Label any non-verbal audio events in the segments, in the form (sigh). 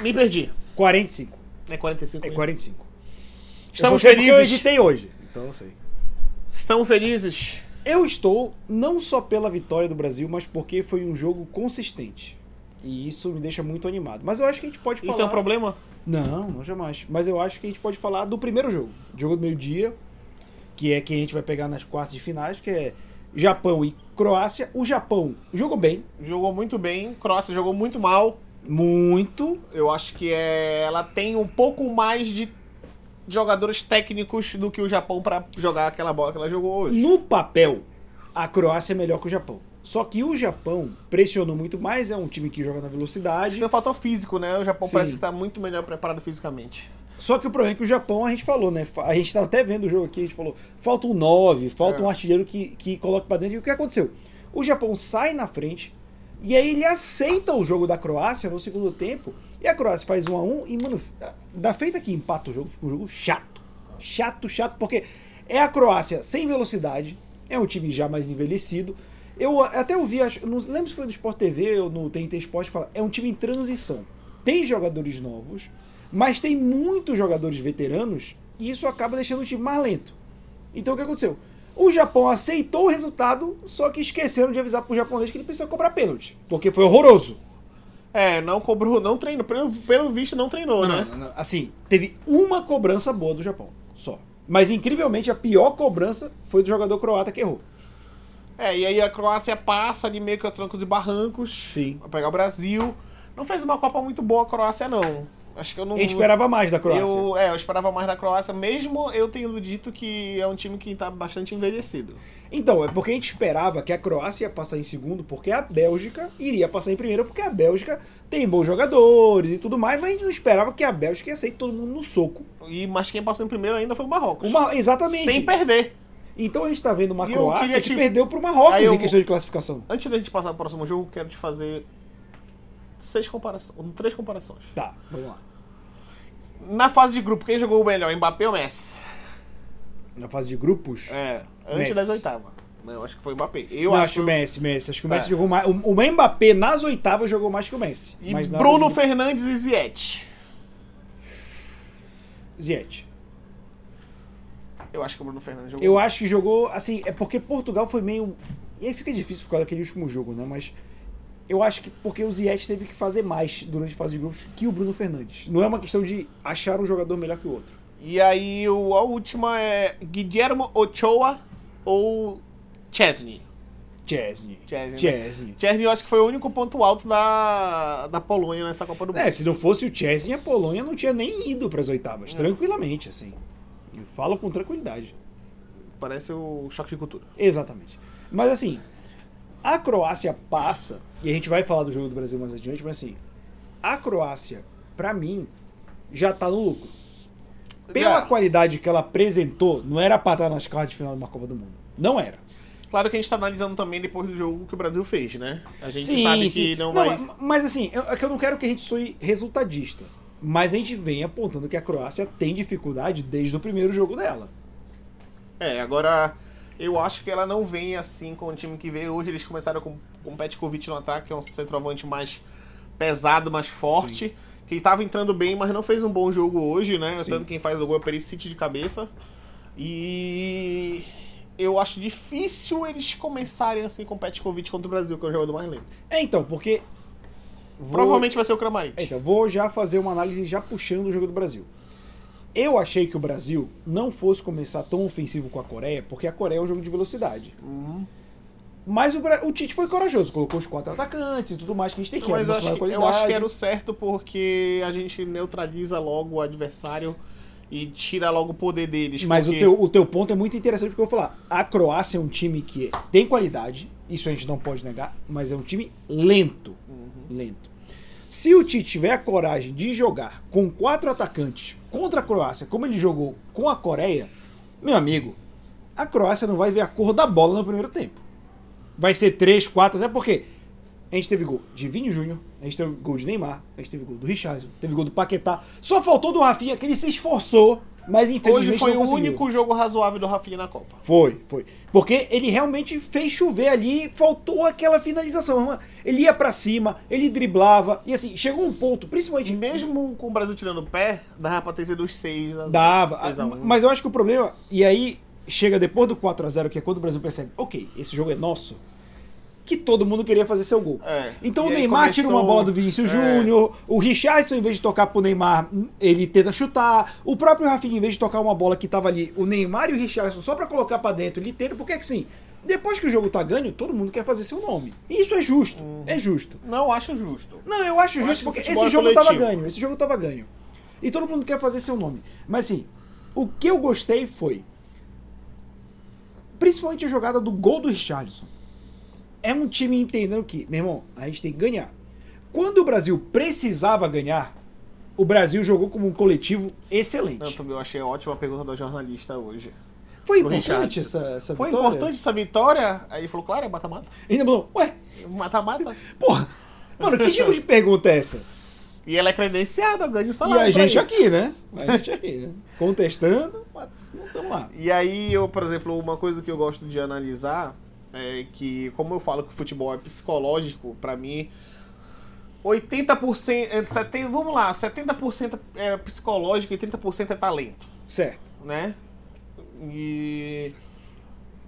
Me perdi. 45. É 45 É mil. 45. Estamos eu só sei porque felizes. Eu editei hoje, então eu sei. Estão felizes. Eu estou não só pela vitória do Brasil, mas porque foi um jogo consistente. E isso me deixa muito animado. Mas eu acho que a gente pode falar. Isso é um problema? Não, não jamais. Mas eu acho que a gente pode falar do primeiro jogo. Jogo do meio-dia, que é que a gente vai pegar nas quartas de finais, que é Japão e Croácia. O Japão jogou bem, Jogou muito bem. Croácia jogou muito mal. muito. Eu acho que é... ela tem um pouco mais de jogadores técnicos do que o Japão pra jogar aquela bola que ela jogou hoje. No papel, a Croácia é melhor que o Japão. Só que o Japão pressionou muito mais, é um time que joga na Acho velocidade. que é um fator físico, né? O Japão Sim. parece que tá muito melhor preparado fisicamente. Só que o problema é que o Japão, a gente falou, né? Fa- A gente tava até vendo o jogo aqui, a gente falou, falta um 9, falta É. um artilheiro que, que coloque pra dentro. E o que aconteceu? O Japão sai na frente, e aí ele aceita o jogo da Croácia no segundo tempo, e a Croácia faz 1 a 1 e, mano, da feita que empata o jogo, fica um jogo chato. Chato, chato, porque é a Croácia sem velocidade, é um time já mais envelhecido. Eu até ouvi, acho, não lembro se foi no Sport TV ou no TNT Esporte, falar, é um time em transição. Tem jogadores novos, mas tem muitos jogadores veteranos e isso acaba deixando o time mais lento. Então o que aconteceu? O Japão aceitou o resultado, só que esqueceram de avisar pro japonês que ele precisa cobrar pênalti, porque foi horroroso. É, não cobrou, não treinou. Pelo, pelo visto, não treinou, né? Assim, teve uma cobrança boa do Japão, só. Mas incrivelmente a pior cobrança foi do jogador croata que errou. É, e aí a Croácia passa ali meio que a trancos e barrancos. Sim. Pra pegar o Brasil. Não fez uma Copa muito boa a Croácia, não. Acho que eu não. A gente esperava mais da Croácia. Eu, é, eu esperava mais da Croácia, mesmo eu tendo dito que é um time que tá bastante envelhecido. Então, é porque a gente esperava que a Croácia ia passar em segundo, porque a Bélgica iria passar em primeiro, porque a Bélgica tem bons jogadores e tudo mais, mas a gente não esperava que a Bélgica ia sair todo mundo no soco. E, mas quem passou em primeiro ainda foi o Marrocos. Uma, exatamente. Sem perder. Então a gente tá vendo uma E eu Croácia queria que te- perdeu pro Marrocos Aí eu em vou- questão de classificação. Antes da gente passar pro próximo jogo, quero te fazer seis comparações. Três comparações. Tá, vamos lá. Na fase de grupo, quem jogou melhor, Mbappé ou Messi? Na fase de grupos, É, antes Messi. das oitavas. Não, eu acho que foi o Mbappé. Eu eu acho acho o Messi, Messi. Acho que o Messi É. jogou mais. O, o Mbappé nas oitavas jogou mais que o Messi. E mas na Bruno fase Fernandes e Ziet. de- Ziyech. Eu acho que o Bruno Fernandes jogou. Eu acho que jogou, assim, é porque Portugal foi meio. E aí fica difícil por causa daquele último jogo, né? Mas eu acho que porque o Ziyech teve que fazer mais durante a fase de grupos que o Bruno Fernandes. Não é uma questão de achar um jogador melhor que o outro. E aí o, a última é Guillermo Ochoa ou Chesney. Chesney. Chesney, né? Chesney. Chesney eu acho que foi o único ponto alto da, da Polônia nessa Copa do Mundo. É, se não fosse o Chesney, a Polônia não tinha nem ido para as oitavas, tranquilamente, assim. Eu falo com tranquilidade. Parece o choque de cultura. Exatamente. Mas assim, a Croácia passa, e a gente vai falar do jogo do Brasil mais adiante, mas assim, a Croácia, pra mim, já tá no lucro. Pela Já. qualidade que ela apresentou, não era pra estar nas quartas de final de uma Copa do Mundo. Não era. Claro que a gente tá analisando também depois do jogo que o Brasil fez, né? A gente Sim, sabe sim. que não, Não, vai. ma- Mas assim, eu, é que eu não quero que a gente soe resultadista. Mas a gente vem apontando que a Croácia tem dificuldade desde o primeiro jogo dela. É, agora eu acho que ela não vem assim com o time que veio. Hoje eles começaram com, com o Petkovic no ataque, que é um centroavante mais pesado, mais forte. Que estava entrando bem, mas não fez um bom jogo hoje, né? Sim. Tanto quem faz o gol é o Perisic de cabeça. E eu acho difícil eles começarem assim com o Petkovic contra o Brasil, que é o jogador mais lento. É, então, porque. vou- Provavelmente vai ser o Kramaric. Então, vou já fazer uma análise já puxando o jogo do Brasil. Eu achei que o Brasil não fosse começar tão ofensivo com a Coreia, porque a Coreia é um jogo de velocidade. Uhum. Mas o, Bra- o Tite foi corajoso, colocou os quatro atacantes e tudo mais que a gente tem que Mas eu mostrar acho, a que, é eu acho que era o certo porque a gente neutraliza logo o adversário e tira logo o poder deles. Mas o porque- teu, o teu ponto é muito interessante porque eu vou falar. A Croácia é um time que tem qualidade, isso a gente não pode negar, mas é um time lento. Lento. Se o Tite tiver a coragem de jogar com quatro atacantes contra a Croácia, como ele jogou com a Coreia, meu amigo, a Croácia não vai ver a cor da bola no primeiro tempo. Vai ser três, quatro, até porque A gente teve gol de Vini Júnior, a gente teve gol de Neymar, a gente teve gol do Richardson, teve gol do Paquetá. Só faltou do Rafinha, que ele se esforçou, mas infelizmente Hoje foi não o conseguiu. único jogo razoável do Rafinha na Copa. Foi, foi. Porque ele realmente fez chover ali, faltou aquela finalização. Mano, Ele ia pra cima, ele driblava, e assim, chegou um ponto, principalmente E mesmo com o Brasil tirando o pé, dava pra ter sido os seis. né? Dava. Seis a Ah, um. Mas eu acho que o problema. E aí chega depois do 4x0, que é quando o Brasil percebe, ok, esse jogo é nosso. Que todo mundo queria fazer seu gol. É. Então E o aí Neymar tira uma começou- bola do É. Vinícius Júnior. O Richardson, em vez de tocar pro Neymar, ele tenta chutar. O próprio Rafinha, em vez de tocar uma bola que tava ali, o Neymar e o Richardson só pra colocar pra dentro, ele tenta. Porque é que assim, depois que o jogo tá ganho, todo mundo quer fazer seu nome. E isso é justo. É justo. Não acho justo. Não, eu acho Eu acho justo que porque futebol esse é jogo tava coletivo. ganho, esse jogo tava ganho. E todo mundo quer fazer seu nome. Mas assim, o que eu gostei foi principalmente a jogada do gol do Richarlison. É um time entendendo que, meu irmão, a gente tem que ganhar. Quando o Brasil precisava ganhar, o Brasil jogou como um coletivo Não, excelente. tu viu, eu achei ótima a pergunta da jornalista hoje. Foi Pro É importante essa, Richarlison. essa Foi vitória? importante essa vitória? Aí ele falou, claro, é mata-mata. Ainda falou, ué, Mata-mata. porra, mano, que tipo de pergunta é essa? E ela é credenciada, ganha o E salário. a pra gente isso. aqui, né? A gente aqui, né? Contestando, mas não estamos lá. E aí, eu, por exemplo, uma coisa que eu gosto de analisar é que, como eu falo que o futebol é psicológico, pra mim, 80%, é, 70, vamos lá, 70% é psicológico e 30% é talento, Certo. né? E.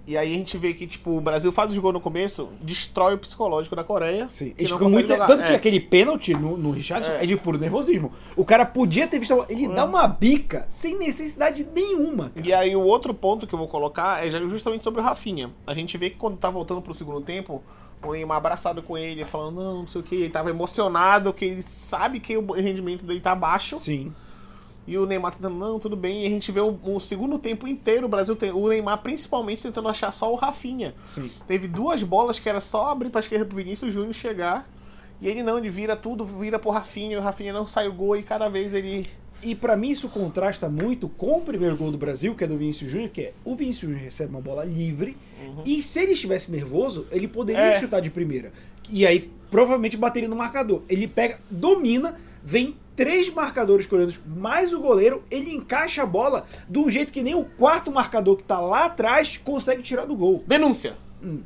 E aí a gente vê que, tipo, o Brasil faz os gols no começo, destrói o psicológico da Coreia. Sim. que Eles não ficam consegue muito... jogar. Tanto que É. aquele pênalti no, no Richardson é. de puro nervosismo. O cara podia ter visto. Ele Hum. dá uma bica sem necessidade nenhuma. cara. E aí o outro ponto que eu vou colocar é já justamente sobre o Rafinha. A gente vê que quando tá voltando pro segundo tempo, o Neymar abraçado com ele, falando, não, não sei o que, ele tava emocionado, que ele sabe que o rendimento dele tá baixo. Sim. E o Neymar tentando, não, tudo bem. E a gente vê o, o segundo tempo inteiro, o Brasil tem, o Neymar principalmente tentando achar só o Rafinha. Sim. Teve duas bolas que era só abrir pra esquerda pro Vinícius Júnior chegar. E ele não, ele vira tudo, vira pro Rafinha, o Rafinha não sai o gol e cada vez ele. E pra mim isso contrasta muito com o primeiro gol do Brasil, que é do Vinícius Júnior, que é o Vinícius Júnior recebe uma bola livre e se ele estivesse nervoso, ele poderia É. chutar de primeira. E aí provavelmente bateria no marcador. Ele pega, domina, vem três marcadores coreanos mais o goleiro, ele encaixa a bola de um jeito que nem o quarto marcador que tá lá atrás consegue tirar do gol. Denúncia. Hum.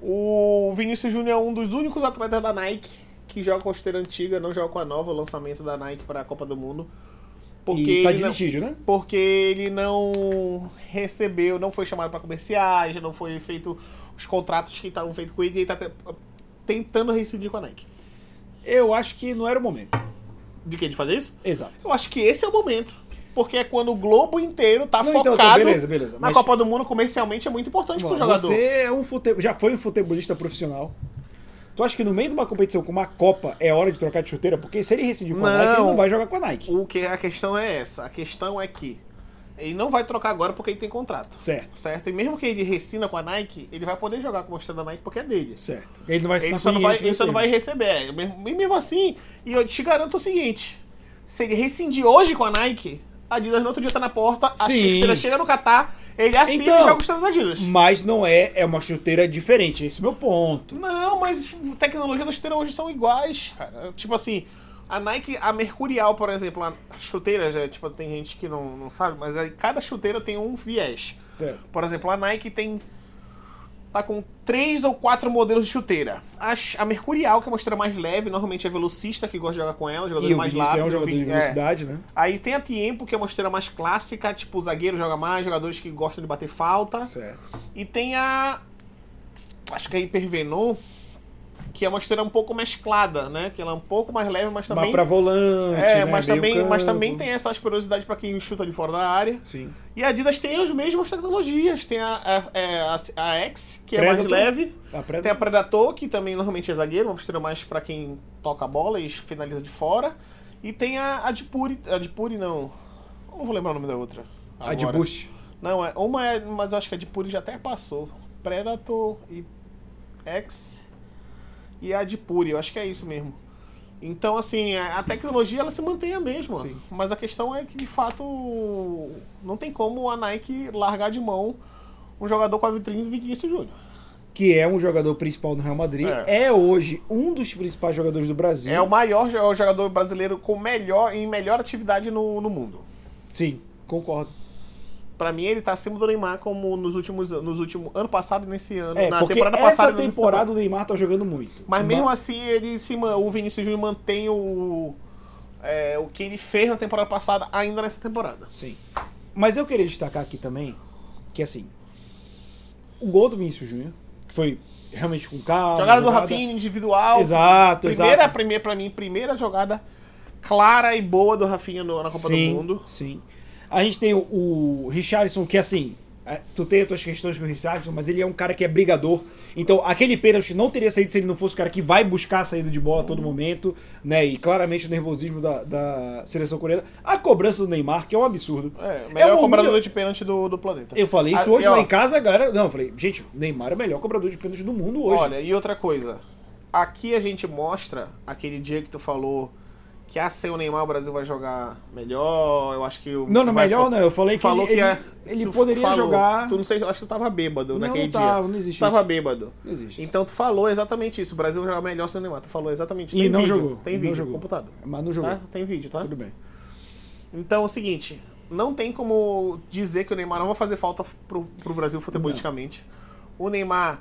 O Vinícius Júnior é um dos únicos atletas da Nike que joga com a esteira antiga, não joga com a nova, o lançamento da Nike para a Copa do Mundo. Porque, e tá ele de não, litígio, né? porque ele não recebeu, não foi chamado para comerciais, não foi feito os contratos que estavam feitos com ele, e ele tá te- tentando rescindir com a Nike. Eu acho que não era o momento. De que? De fazer isso? Exato. Eu acho que esse é o momento. Porque é quando o globo inteiro tá Não, então, focado então, beleza, beleza, na mas- Copa do Mundo, comercialmente é muito importante pro Bom, jogador. Você é um fute... já foi um futebolista profissional. Tu acha que no meio de uma competição com uma Copa é hora de trocar de chuteira? Porque se ele rescindir com a Não. Nike, ele não vai jogar com a Nike. O que a questão é essa. A questão é que ele não vai trocar agora porque ele tem contrato. Certo, Certo? E mesmo que ele rescina com a Nike, ele vai poder jogar com a estrela da Nike porque é dele. certo. Ele não vai Ele assinar só com não ninguém vai, nesse meio ele só não vai termo. receber. E mesmo, e mesmo assim, e eu te garanto o seguinte: se ele rescindir hoje com a Nike, a Adidas no outro dia tá na porta, a Sim. estrela chega no Catar, ele assina Então. e joga o estrela da Adidas. Mas não é, é uma chuteira diferente, esse é o meu ponto. Não, mas tecnologia das chuteiras hoje são iguais, cara. Tipo assim, a Nike, a Mercurial, por exemplo, a as chuteiras, é, tipo, tem gente que não, não sabe, mas aí cada chuteira tem um viés. Certo. Por exemplo, a Nike tem. Tá com três ou quatro modelos de chuteira. A, ch- a Mercurial, que é uma chuteira mais leve, normalmente é velocista que gosta de jogar com ela, jogador E o mais Vinícius rápido. é um jogador vi- de velocidade, né? Aí tem a Tiempo, que é uma chuteira mais clássica, tipo, zagueiro joga mais, jogadores que gostam de bater falta. Certo. E tem a. Acho que é a Hypervenom, que é uma esteira um pouco mesclada, né? Que ela é um pouco mais leve, mas Mas também. pra volante, é, né? mas, meio também, mas campo. também tem essa asperosidade pra quem chuta de fora da área. Sim. E a Adidas tem as mesmas tecnologias. Tem a, a, é, a, a X, que é Predator. mais leve. A pré- Tem a Predator, que também normalmente é zagueiro, uma postura mais pra quem toca a bola e finaliza de fora. E tem a Adipuri. Adipuri não. Não vou lembrar o nome da outra. A de agora. Bush. Não, é, uma é, mas eu acho que a de Puri já até passou. Predator e X e a de Puri, eu acho que é isso mesmo. Então, assim, a a tecnologia ela se mantém a mesma. Sim. Mas a questão é que, de fato, não tem como a Nike largar de mão um jogador com a vitrine do Vinícius Júnior. que é um jogador principal do Real Madrid, é, hoje um dos principais jogadores do Brasil. É o maior jo- jogador brasileiro com melhor, em melhor atividade no, no mundo. Sim, concordo. Pra mim, ele tá acima do Neymar, como nos últimos an- nos últimos ano passado e nesse ano. É, na porque temporada essa passada e nessa temporada o Neymar tá jogando muito. Mas Ma- mesmo assim, ele se, ma- o Vinícius Júnior mantém o, é, o que ele fez na temporada passada, ainda nessa temporada. Sim. Mas eu queria destacar aqui também que, assim, o gol do Vinícius Júnior, que foi realmente com calma. jogada do Rafinha individual. Ah, Exato, primeira, exato. primeira, pra mim, primeira jogada clara e boa do Rafinha no- na Copa sim, do Mundo. Sim. A gente tem o, o Richarlison, que assim. é, Tu tem as tuas questões com o Richardson, mas ele é um cara que é brigador. Então, aquele pênalti não teria saído se ele não fosse o cara que vai buscar a saída de bola a todo momento, né? E claramente o nervosismo da, da seleção coreana. A cobrança do Neymar, que é um absurdo. É, melhor um cobrador humilha- de pênalti do, do planeta. Eu falei isso Ah, hoje e, ó, lá em casa, a galera. Não, eu falei, gente, o Neymar é o melhor cobrador de pênalti do mundo hoje. Olha, e outra coisa. Aqui a gente mostra aquele dia que tu falou que ah, sem o Neymar o Brasil vai jogar melhor. Eu acho que o. não, não, vai melhor fo- não. Eu falei Tu que falou ele, que ele, é- ele tu poderia falou. jogar. Tu não sei, acho que tu tava bêbado Não, naquele não tava, dia. não existe Tava isso. bêbado. Não existe Então tu falou exatamente isso. O Brasil vai jogar melhor sem o Neymar. Tu falou exatamente isso. E Tem não vídeo. jogou. Tem Não vídeo jogou. computado. Mas não jogou. Tá? Tem vídeo, tá? Tudo bem. Então é o seguinte, não tem como dizer que o Neymar não vai fazer falta pro, pro Brasil futebolisticamente. O Neymar,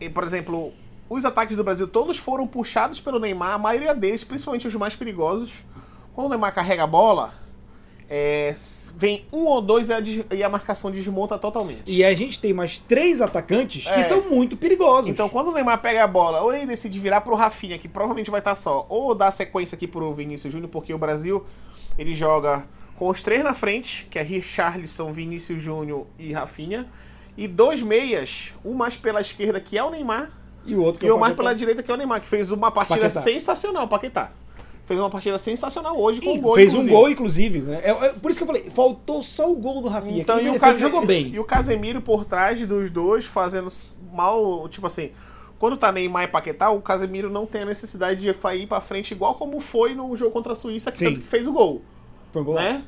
eh, por exemplo, os ataques do Brasil todos foram puxados pelo Neymar, a maioria deles, principalmente os mais perigosos. Quando o Neymar carrega a bola, eh, s- vem um ou dois e a, des- e a marcação desmonta totalmente. E a gente tem mais três atacantes É. que são muito perigosos. Então, quando o Neymar pega a bola, ou ele decide virar pro Rafinha, que provavelmente vai estar só, ou dá sequência aqui pro Vinícius Júnior, porque o Brasil ele joga com os três na frente, que é Richarlison, Vinícius Júnior e Rafinha, e dois meias, um mais pela esquerda, que é o Neymar, e o outro que e é o mais Paquetá. pela direita, que é o Neymar, que fez uma partida Paquetá. sensacional, Paquetá. Fez uma partida sensacional hoje com um gol, Fez inclusive. um gol, inclusive. Né? É, é por isso que eu falei, faltou só o gol do Rafinha. Então, que e o, mereceu, Case- jogou bem. e o Casemiro por trás dos dois, fazendo s- mal, tipo assim. Quando tá Neymar e Paquetá, o Casemiro não tem a necessidade de fa- ir pra frente, igual como foi no jogo contra a Suíça, que Sim. tanto que fez o gol, Foi um golaço. né?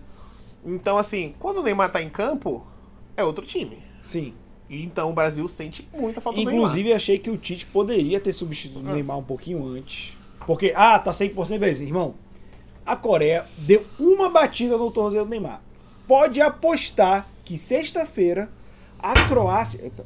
Então, assim, quando o Neymar tá em campo, é outro time. Sim. E então o Brasil sente muita falta do Neymar. Inclusive, achei que o Tite poderia ter substituído o Ah. Neymar um pouquinho antes. Porque, ah, tá 100% beleza, irmão. A Coreia deu uma batida no tornozelo do Neymar. Pode apostar que sexta-feira a Croácia. eita,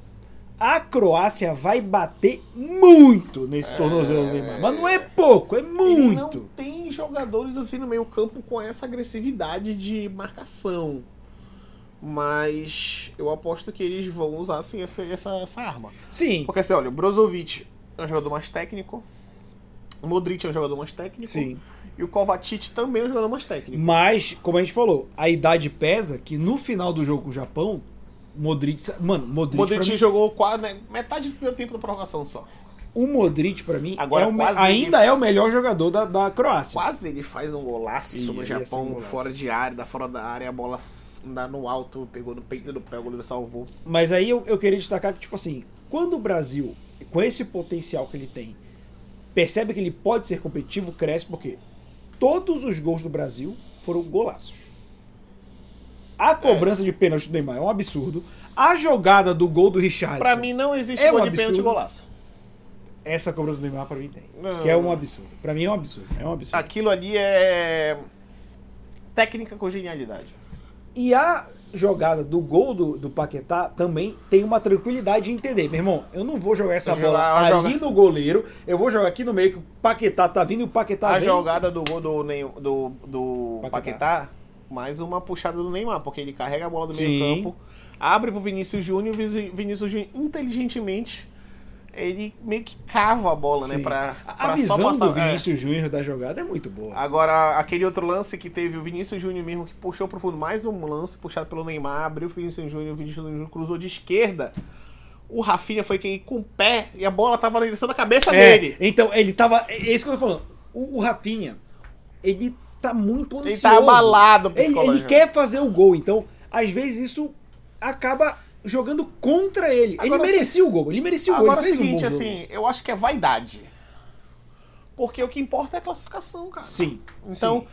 A Croácia vai bater muito nesse tornozelo do Neymar. Mas não é pouco, é Ele não muito. tem jogadores assim no meio campo com essa agressividade de marcação. Mas eu aposto que eles vão usar assim, essa- essa, essa arma. Sim, Porque assim, olha, o Brozovic é um jogador mais técnico. O Modric é um jogador mais técnico. sim. E o Kovacic também é um jogador mais técnico. Mas, como a gente falou, a idade pesa que no final do jogo com o Japão, Modric. sa- Mano, O Modric. pra Modric mim- jogou quase, né, metade do primeiro tempo da prorrogação só. O Modric, pra mim, Agora é o me- quase ainda ele- é o melhor jogador da, da Croácia. Quase ele faz um golaço Ih, no ia ser um Japão, golaço. fora de área, da fora da área, a bola s- dá no alto, pegou no peito do pé, o goleiro salvou. Mas aí eu, eu queria destacar que, tipo assim, quando o Brasil, com esse potencial que ele tem, percebe que ele pode ser competitivo, cresce, porque todos os gols do Brasil foram golaços. É. A cobrança de pênalti do Neymar é um absurdo. A jogada do gol do Richard. Pra mim não existe É um gol de pênalti e absurdo. golaço. Essa cobrança do Neymar, pra mim, tem. Não. Que é um absurdo. Pra mim é um absurdo. É um absurdo. Aquilo ali é técnica com genialidade. E a jogada do gol do, do Paquetá também tem uma tranquilidade de entender. Meu irmão, eu não vou jogar essa Eu bola jogar- ali eu jogar- no goleiro, eu vou jogar aqui no meio que o Paquetá tá vindo e o Paquetá a vem. jogada do gol do, Ney- do, do Paquetá. Paquetá. mais uma puxada do Neymar, porque ele carrega a bola do Sim. meio campo, abre pro Vinícius Júnior, e o Vin- Vinícius Júnior inteligentemente, ele meio que cava a bola, Sim. né, pra, A- a pra visão do é. Vinícius Júnior da jogada é muito boa. Agora, aquele outro lance que teve o Vinícius Júnior mesmo, que puxou pro fundo, mais um lance puxado pelo Neymar, abriu o Vinícius Júnior, o Vinícius Júnior cruzou de esquerda, o Rafinha foi quem com o pé, e a bola tava na direção da cabeça É, dele. então, ele tava. É isso que eu tô falando. O, o Rafinha, ele tá muito ansioso. Ele tá abalado Ele- Ele, psicologicamente. quer fazer o gol, então, às vezes isso acaba jogando contra ele. ele Agora, merecia o gol, ele merecia o gol. Agora é o ele fez um bom seguinte, jogo. assim, eu acho que é vaidade. Porque o que importa é a classificação, cara. Sim. Então, sim.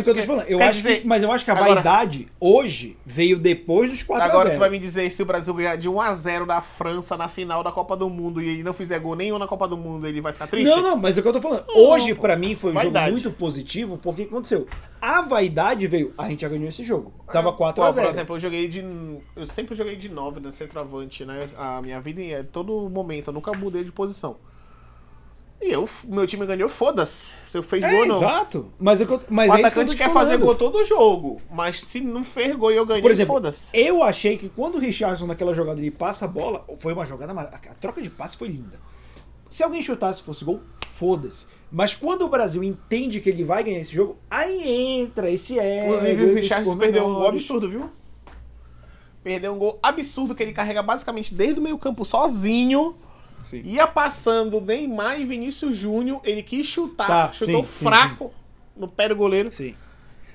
quer- o que eu tô quer- te falando, eu quer acho dizer- que, mas eu acho que a agora- vaidade hoje veio depois dos 4 Tá Agora a tu vai 0. me dizer se o Brasil ganhar de 1x0 da França na final da Copa do Mundo e ele não fizer gol nenhum na Copa do Mundo, ele vai ficar triste? Não, não, mas é o que eu tô falando. hoje, pra mim, foi um vaidade. jogo muito positivo, porque o que aconteceu? A vaidade veio. A gente já ganhou esse jogo. Tava 4 É. Pô, a por 0 exemplo, eu joguei de. Eu sempre joguei de 9 no centroavante, né? A minha vida em é todo momento, eu nunca mudei de posição. E eu, meu time ganhou, foda-se. Se eu fez É, gol ou não. exato. Mas, é o que eu, mas O é isso que eu atacante tô te quer fazer falando. gol todo jogo, mas se não fez gol e eu Por ganhei, exemplo, foda-se. eu achei que quando o Richardson, naquela jogada, ele passa a bola, foi uma jogada mara- A troca de passe foi linda. Se alguém chutasse fosse gol, foda-se. Mas quando o Brasil entende que ele vai ganhar esse jogo, aí entra esse é. Inclusive, o Richardson perdeu um gol absurdo, viu? Perdeu um gol absurdo que ele carrega basicamente desde o meio campo sozinho. Ia passando Neymar e Vinícius Júnior, ele quis chutar, Tá, chutou sim, sim, fraco no pé do goleiro. Sim.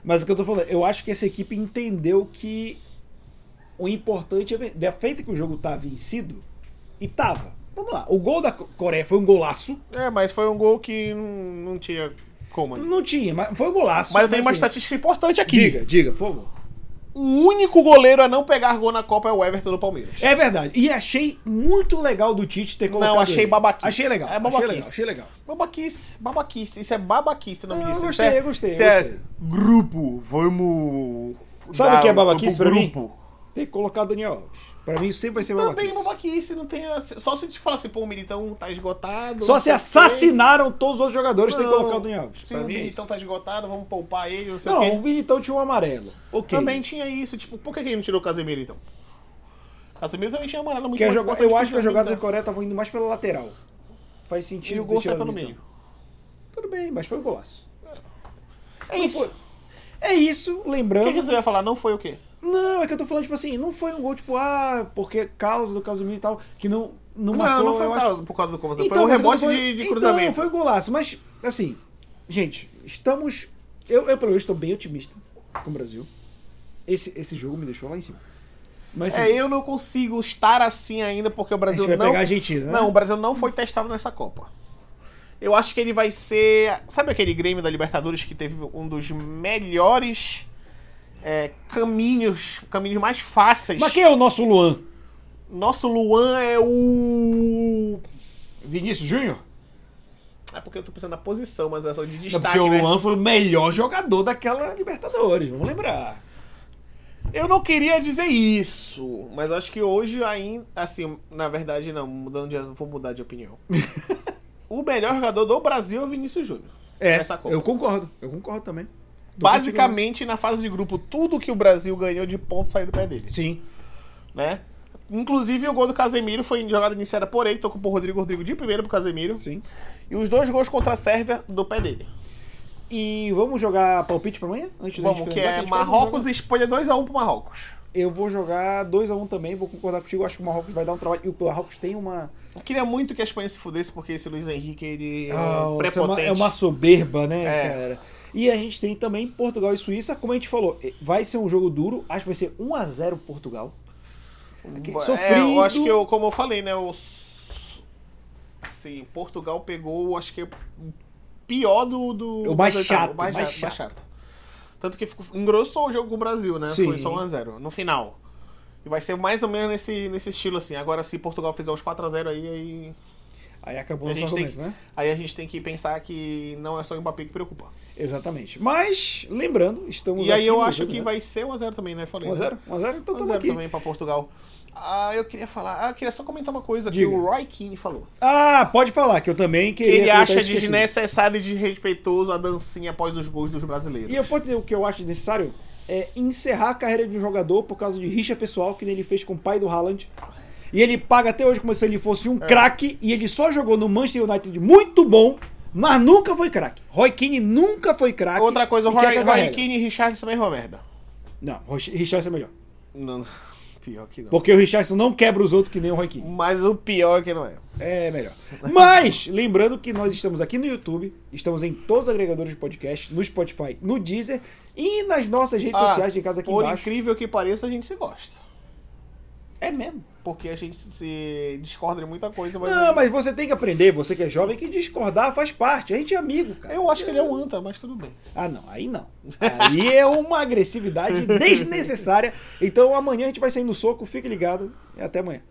Mas o que eu tô falando, eu acho que essa equipe entendeu que o importante é. ven- Da feita que o jogo tá vencido, e tava. Vamos lá. O gol da Co- Coreia foi um golaço. É, mas foi um gol que não, não tinha como. né? Não tinha, mas foi um golaço. Mas eu tenho uma assim, estatística importante aqui. Diga, diga, por favor. O único goleiro a não pegar gol na Copa é o Everton do Palmeiras. É verdade. E achei muito legal do Tite ter colocado. achei ele. babaquice. Achei legal. É Achei babaquice. legal. Achei legal. Babaquice, babaquice. Isso é babaquice o nome Não, Ah, eu disso. gostei, Isso é, eu gostei, Isso eu é gostei. grupo, vamos... Sabe o dar que é babaquice pro pra mim? grupo. Tem que colocar o Daniel Alves. Pra mim isso sempre vai ser Também babaquice. babaquice, não tem... Só se a gente falar assim, pô, o Militão tá esgotado. Só não se sei o quê. assassinaram todos os outros jogadores, tem que Não, colocar o Daniel Alves. Se Pra o mim é Militão isso. tá esgotado, vamos poupar ele, não sei o quê. Não, o Militão tinha um amarelo. Ok. Também tinha isso. Tipo, por que que ele não tirou o Casemiro, então? Casemiro também tinha amarelo muito Que a mais joga- importante Eu acho que as o Militão. jogadas da Coreia estavam indo mais pela lateral. Faz sentido. né? E o gol ter sai tirado pelo o meio. Militão. Tudo bem, mas foi um golaço. É isso. O É isso, que, lembrando. que você ia falar? Não foi o quê? Não, é que eu tô falando, tipo assim, não foi um gol, tipo, ah, porque causa do Casemiro e tal, que não, não, marcou. eu acho- por um causa do conta. Então, mas eu tô falando- Então, foi um golaço, mas, assim, gente, estamos. Eu, eu pelo menos, estou bem otimista com o Brasil. Esse, esse jogo me deixou lá em cima. Mas, assim, É, eu não consigo estar assim ainda porque o a gente Brasil vai não. pegar a Argentina, né? Não, o Brasil não foi testado nessa Copa. Eu acho que ele vai ser. Sabe aquele Grêmio da Libertadores que teve um dos melhores é, caminhos, caminhos mais fáceis? Mas quem é o nosso Luan? Nosso Luan é o. Vinícius Júnior? É porque eu tô pensando na posição, mas é só de Não, destaque, Porque o né? Luan foi o melhor jogador daquela Libertadores, vamos lembrar. Eu não queria dizer isso, mas acho que hoje ainda. Assim, na verdade, não, mudando de, vou mudar de (laughs) opinião. o melhor jogador do Brasil é o Vinícius Júnior. É, Nessa Copa. eu concordo, eu concordo também. Tô Basicamente, na fase de grupo, tudo que o Brasil ganhou de ponto saiu do pé dele, contigo nessa. Sim. né? Inclusive, o gol do Casemiro foi em jogada iniciada por ele, tocou pro Rodrigo, Rodrigo de primeiro pro Casemiro. Sim. E os dois gols contra a Sérvia do pé dele. E vamos jogar palpite pra amanhã? Antes da Vamos, gente que finalizar, é a gente faz um jogo. Marrocos e Espanha 2x1 pro Marrocos. Eu vou jogar 2x1 também, vou concordar contigo. Acho que o Marrocos vai dar um trabalho. E o Marrocos tem uma. Eu queria muito que a Espanha se fudesse, porque esse Luiz Henrique, ele é Ah, um isso é, uma, prepotente. é uma soberba, né, É. cara? E a gente tem também Portugal e Suíça, como a gente falou, vai ser um jogo duro, acho que vai ser 1x0 Portugal. Aqui, É, sofrido. eu acho que, eu, como eu falei, né, o... Assim, Portugal pegou, acho que, é o pior do... do O mais das chato, oitavas, o mais chato. Tanto que ficou- engrossou o jogo com o Brasil, né? Sim. Foi só 1x0, no final. E vai ser mais ou menos nesse, nesse estilo, assim. Agora, se Portugal fizer os 4x0 aí, aí... Aí acabou A o nosso gente, tem argumento, que, né? aí a gente tem que pensar que não é só o Mbappé que preocupa. Exatamente. Mas, lembrando, estamos E aí aqui eu no acho jogo, que né? vai ser 1x0 também, né? Falei. né? 1x0? 1x0? Então estamos 1x0 aqui. também pra Portugal. Ah, eu queria falar. Ah, eu queria só comentar uma coisa Diga. que o Roy Keane falou. Ah, pode falar, que eu também Que queria. ele comentar acha isso, esqueci. desnecessário e desrespeitoso a dancinha após os gols dos brasileiros. E eu posso dizer o que eu acho necessário? É encerrar a carreira de um jogador por causa de rixa pessoal que ele fez com o pai do Haaland. E ele paga até hoje como se ele fosse um É. craque e ele só jogou no Manchester United muito bom, mas nunca foi craque. Roy Keane nunca foi craque. Outra coisa, o e é quer Roy, cagar Roy regra. Keane e Richardson também é uma merda. Não, Roy- Richarlison é melhor. Não, (laughs) pior que não. Porque o Richarlison não quebra os outros que nem o Roy Keane. Mas o pior é que não é. (laughs) É melhor. Mas, lembrando que nós estamos aqui no YouTube, estamos em todos os agregadores de podcast, no Spotify, no Deezer e nas nossas redes Ah, sociais de casa aqui Por embaixo. incrível que pareça, a gente se gosta. É mesmo. porque a gente se discorda de muita coisa. Mas Não, mas você tem que aprender, você que é jovem, que discordar faz parte. A gente é amigo, cara. Eu acho que ele é um anta, mas tudo bem. Ah, não, aí não. Aí é uma (laughs) agressividade desnecessária. Então amanhã a gente vai sair no soco, fique ligado e até amanhã.